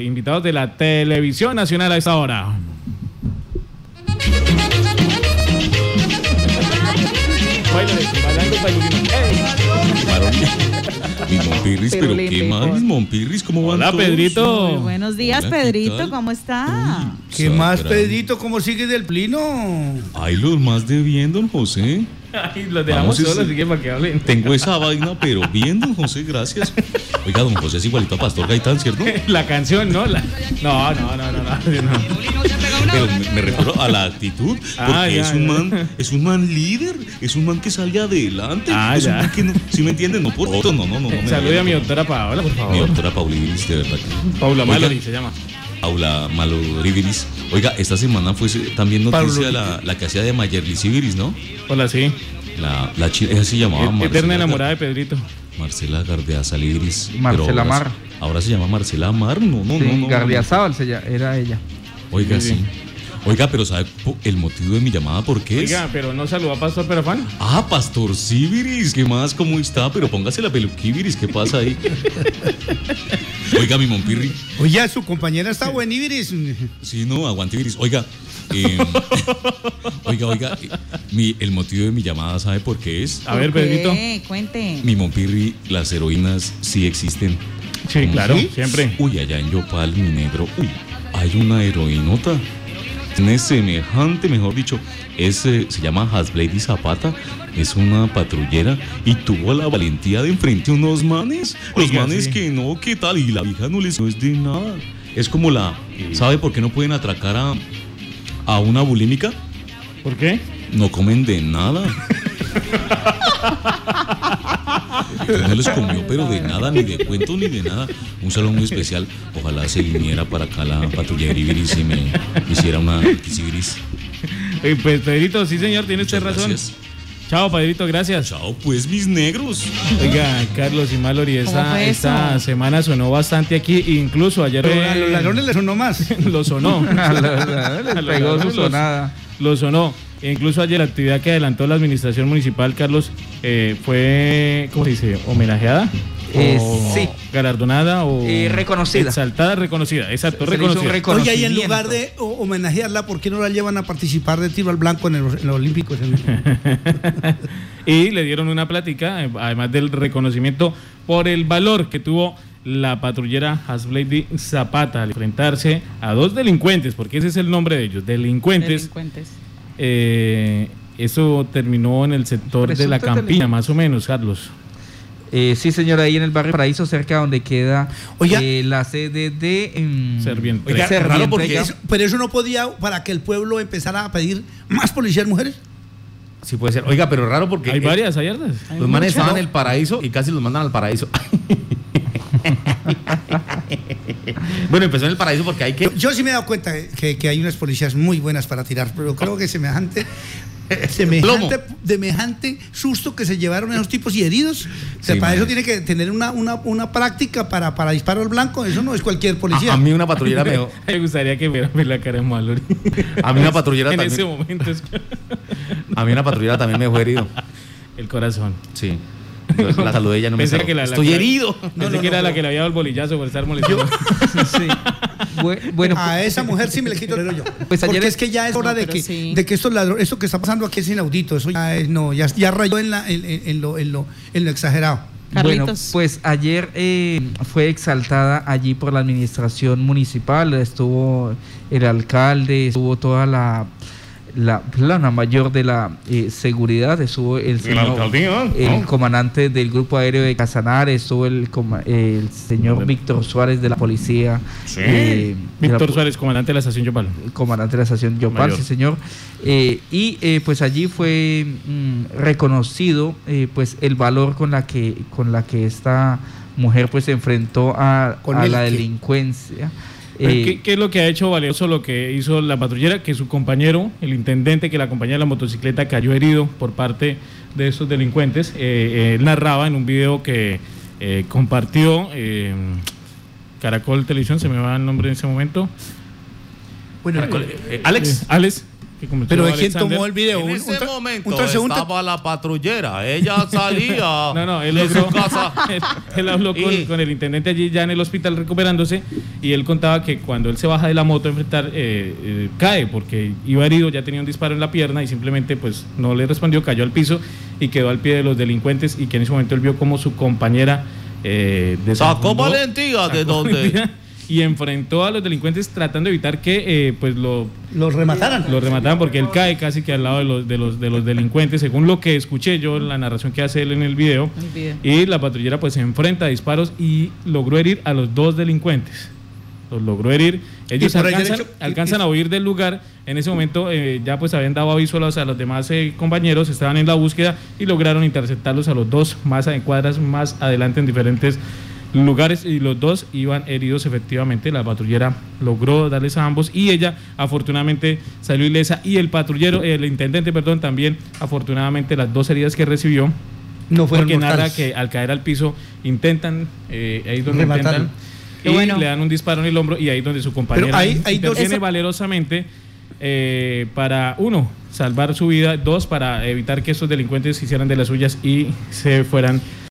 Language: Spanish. Invitados de la Televisión Nacional a esta hora. Mi Monpirris, pero qué mal, mis Monpirris, ¿cómo van Hola, todos? Pedrito. Muy Pues buenos días, Hola, ¿qué Pedrito, tal? ¿cómo está? ¿Qué más, Sacra. Pedrito? ¿Cómo sigues del plino? Ay, los más de bien, don José. Ay, los dejamos Vamos, sí, solos, sí. así que para que hablen. Tengo esa vaina, pero bien, don José, gracias. Oiga, don José es igualito a Pastor Gaitán, ¿cierto? La canción, ¿no? La- No, no, no, no, no, no. Pero me, me refiero a la actitud, porque Ah, ya, es un ya. man, es un man líder, es un man que sale adelante, Ah, es ya. Oh. un man que no, si me entienden, no por todo, no, no, no, no me Salude a mi vayan doctora Paola, por a- mi favor. doctora Paulibilis, de verdad. que- Paula Oiga, Mallory se llama. Paula Maloribilis. Oiga, esta semana fue también noticia Pablo. la, la que hacía de Mayerlis Ibiris, ¿no? Hola, sí. La, la chi- esa se llamaba E- Marcela Eterna Gar- enamorada de Pedrito. Marcela Gardeazal Ibris. pero Marcela ahora Mar. se- Ahora se llama Marcela Mar, no, no, Sí, no. no, Gardiazabal se lla- era ella. Oiga, Sí, sí. sí. Oiga, pero ¿sabe po- el motivo de mi llamada por qué es? Oiga, pero no saludó a Pastor Perafán. Ah, Pastor Sibiris, ¿qué más? ¿Cómo está? Pero póngase la peluquibiris, ¿qué pasa ahí? Oiga, mi Monpirri. Oye, su compañera está buena, Ibris. Sí, no, aguante Viris. Oiga, eh, oiga, oiga, eh, mi- el motivo de mi llamada, ¿sabe por qué es? A ver, ¿Por qué? Pedrito. Cuente. Mi Monpirri, las heroínas sí existen. Sí, claro, ¿Sí? siempre. Uy, allá en Yopal, mi negro, uy, hay una heroinota. Es semejante, mejor dicho, es, eh, se llama Haslady Zapata, es una patrullera y tuvo la valentía de enfrentar a unos manes, los Oiga, manes sí. que no, ¿qué tal? Y la hija no les no es de nada. Es como la, ¿sabe por qué no pueden atracar a, a una bulímica? ¿Por qué? No comen de nada. No les comió, pero de nada, ni de cuento, ni de nada. Un saludo muy especial. Ojalá se viniera para acá la patrulla de Ibiris y me hiciera una Ibiris. Eh, pues, Pedrito, sí, señor, tiene usted razón. gracias. Chao, Pedrito, gracias. Chao, pues, mis negros. Oiga, Carlos y Mallory, ¿Cómo esta, fue esta eso? semana sonó bastante aquí, incluso ayer Pero eh, a los ladrones les sonó más. lo sonó. Le pegó su sonada. Lo sonó. E incluso ayer la actividad que adelantó la administración municipal, Carlos, eh, fue, ¿cómo se dice? ¿Homenajeada? Eh, O sí. ¿Galardonada o...? Eh, reconocida. Exaltada, reconocida, exacto, reconocida. Oye, y en lugar de ho- homenajearla, ¿por qué no la llevan a participar de tiro al blanco en, el- en los Olímpicos? y le dieron una plática, eh, además del reconocimiento por el valor que tuvo la patrullera Haslady Zapata al enfrentarse a dos delincuentes, porque ese es el nombre de ellos, delincuentes. Delincuentes. Eh, eso terminó en el sector de la Presuntos Campina, más o menos, Carlos. Eh, sí, señora, ahí en el barrio Paraíso, cerca donde queda Oiga. eh, la sede de mm, Servientrega. Oiga, Claro, Servientrega. porque eso- pero eso no podía para que el pueblo empezara a pedir más policías mujeres. Sí puede ser. Oiga, pero raro porque Hay eh, varias, hay hartas. los manes estaban en el paraíso y casi los mandan al paraíso. bueno, empezó en el paraíso porque hay que Yo, yo sí me he dado cuenta que, que hay unas policías muy buenas para tirar, pero creo que semejante, semejante, semejante susto que se llevaron esos tipos y heridos. O sea, Sí, para eso madre. tiene que tener una, una, una práctica para, para disparo al blanco. Eso no es cualquier a, policía. a mí una patrullera me Me gustaría que viera la cara de Mallory. a mí una patrullera en también ese momento es a mí una patrullera también me dejó herido. el corazón. Sí. Yo la saludé ella no me Pensé saludó. que la- la- Estoy herido. Pensé que era la que le había dado el bolillazo por estar molestando. Sí. Bue- Bueno, a esa mujer sí me le quito el yo. Pues ayer- Porque pues, es que ya es hora de, pero que, sí. de que estos ladrones, esto que está pasando aquí es inaudito. Eso ya, es- no, ya, ya rayó en, la, en, en- en lo, en, lo, en lo exagerado. Bueno, Carlitos. pues ayer eh, fue exaltada allí por la administración municipal, estuvo el alcalde, estuvo toda la, la plana mayor de la eh, seguridad, estuvo el señor, el comandante del grupo aéreo de Casanares, estuvo el, coma- el señor Víctor Suárez de la policía. eh, de la pues, Víctor po- Suárez, comandante de la estación Yopal. comandante de la estación Yopal, Mayor. sí señor. Eh, y eh, pues allí fue mm, reconocido eh, pues el valor con la que con la que esta mujer pues se enfrentó a, Con a el la que- delincuencia. Eh, ¿Qué, qué es lo que ha hecho valioso lo que hizo la patrullera? Que su compañero, el intendente que la acompañaba en la motocicleta, cayó herido por parte de estos delincuentes. Eh, él narraba en un video que eh, compartió eh, Caracol Televisión, se me va el nombre en ese momento. Bueno, Eh, Alex, Eh, Alex. que cometió Pero ¿de quién Alexander. tomó el video? En ¿Un- un ese tra- momento un transeúnte? estaba la patrullera. Ella salía No, no, él de logró- su casa. él- él habló con, Y- con el intendente allí ya en el hospital recuperándose y él contaba que cuando él se baja de la moto a enfrentar, eh, eh, cae porque iba herido, ya tenía un disparo en la pierna y simplemente pues no le respondió, cayó al piso y quedó al pie de los delincuentes y que en ese momento él vio como su compañera eh, Sacó desenfundó- valentía de sacó donde- valentía Y enfrentó a los delincuentes tratando de evitar que eh, pues lo, Los remataran. lo remataban porque él cae casi que al lado de los, de los, de los delincuentes, según lo que escuché yo en la narración que hace él en el video. El video. Y la patrullera pues se enfrenta a disparos y logró herir a los dos delincuentes. Los logró herir. Ellos Y por ahí alcanzan, derecho- alcanzan a huir del lugar. En ese momento eh, ya pues habían dado aviso a los, a los demás eh, compañeros, estaban en la búsqueda y lograron interceptarlos a los dos más a- en cuadras más adelante en diferentes lugares y los dos iban heridos efectivamente. La patrullera logró darles a ambos y ella afortunadamente salió ilesa y el patrullero, el intendente, perdón, también afortunadamente las dos heridas que recibió No fueron porque narra mortales. que al caer al piso intentan, eh, ahí es donde Rematarlo. intentan, y Qué bueno. le dan un disparo en el hombro y ahí es donde su compañero Pero hay- hay dos- interviene esa- valerosamente eh, para, uno, salvar su vida, dos, para evitar que esos delincuentes hicieran de las suyas y se fueran